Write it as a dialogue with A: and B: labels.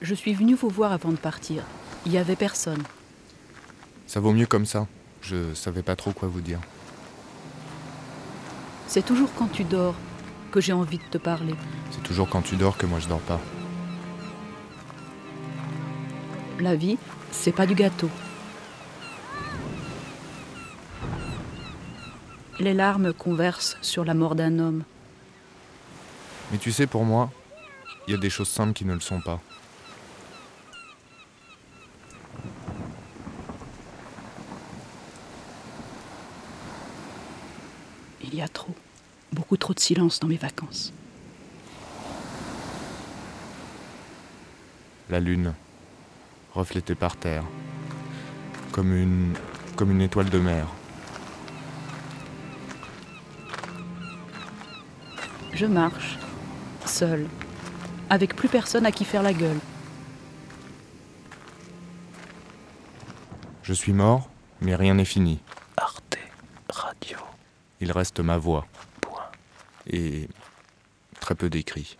A: Je suis venue vous voir avant de partir. Il n'y avait personne.
B: Ça vaut mieux comme ça. Je savais pas trop quoi vous dire.
A: C'est toujours quand tu dors que j'ai envie de te parler.
B: C'est toujours quand tu dors que moi je dors pas.
A: La vie, c'est pas du gâteau. Les larmes conversent sur la mort d'un homme.
B: Mais tu sais, pour moi, il y a des choses simples qui ne le sont pas.
A: Il y a trop, beaucoup trop de silence dans mes vacances.
B: La lune, reflétée par terre, comme une, comme une étoile de mer.
A: Je marche, seule, avec plus personne à qui faire la gueule.
B: Je suis mort, mais rien n'est fini.
C: Arte Radio.
B: Il reste ma voix
C: Point.
B: et très peu d'écrits.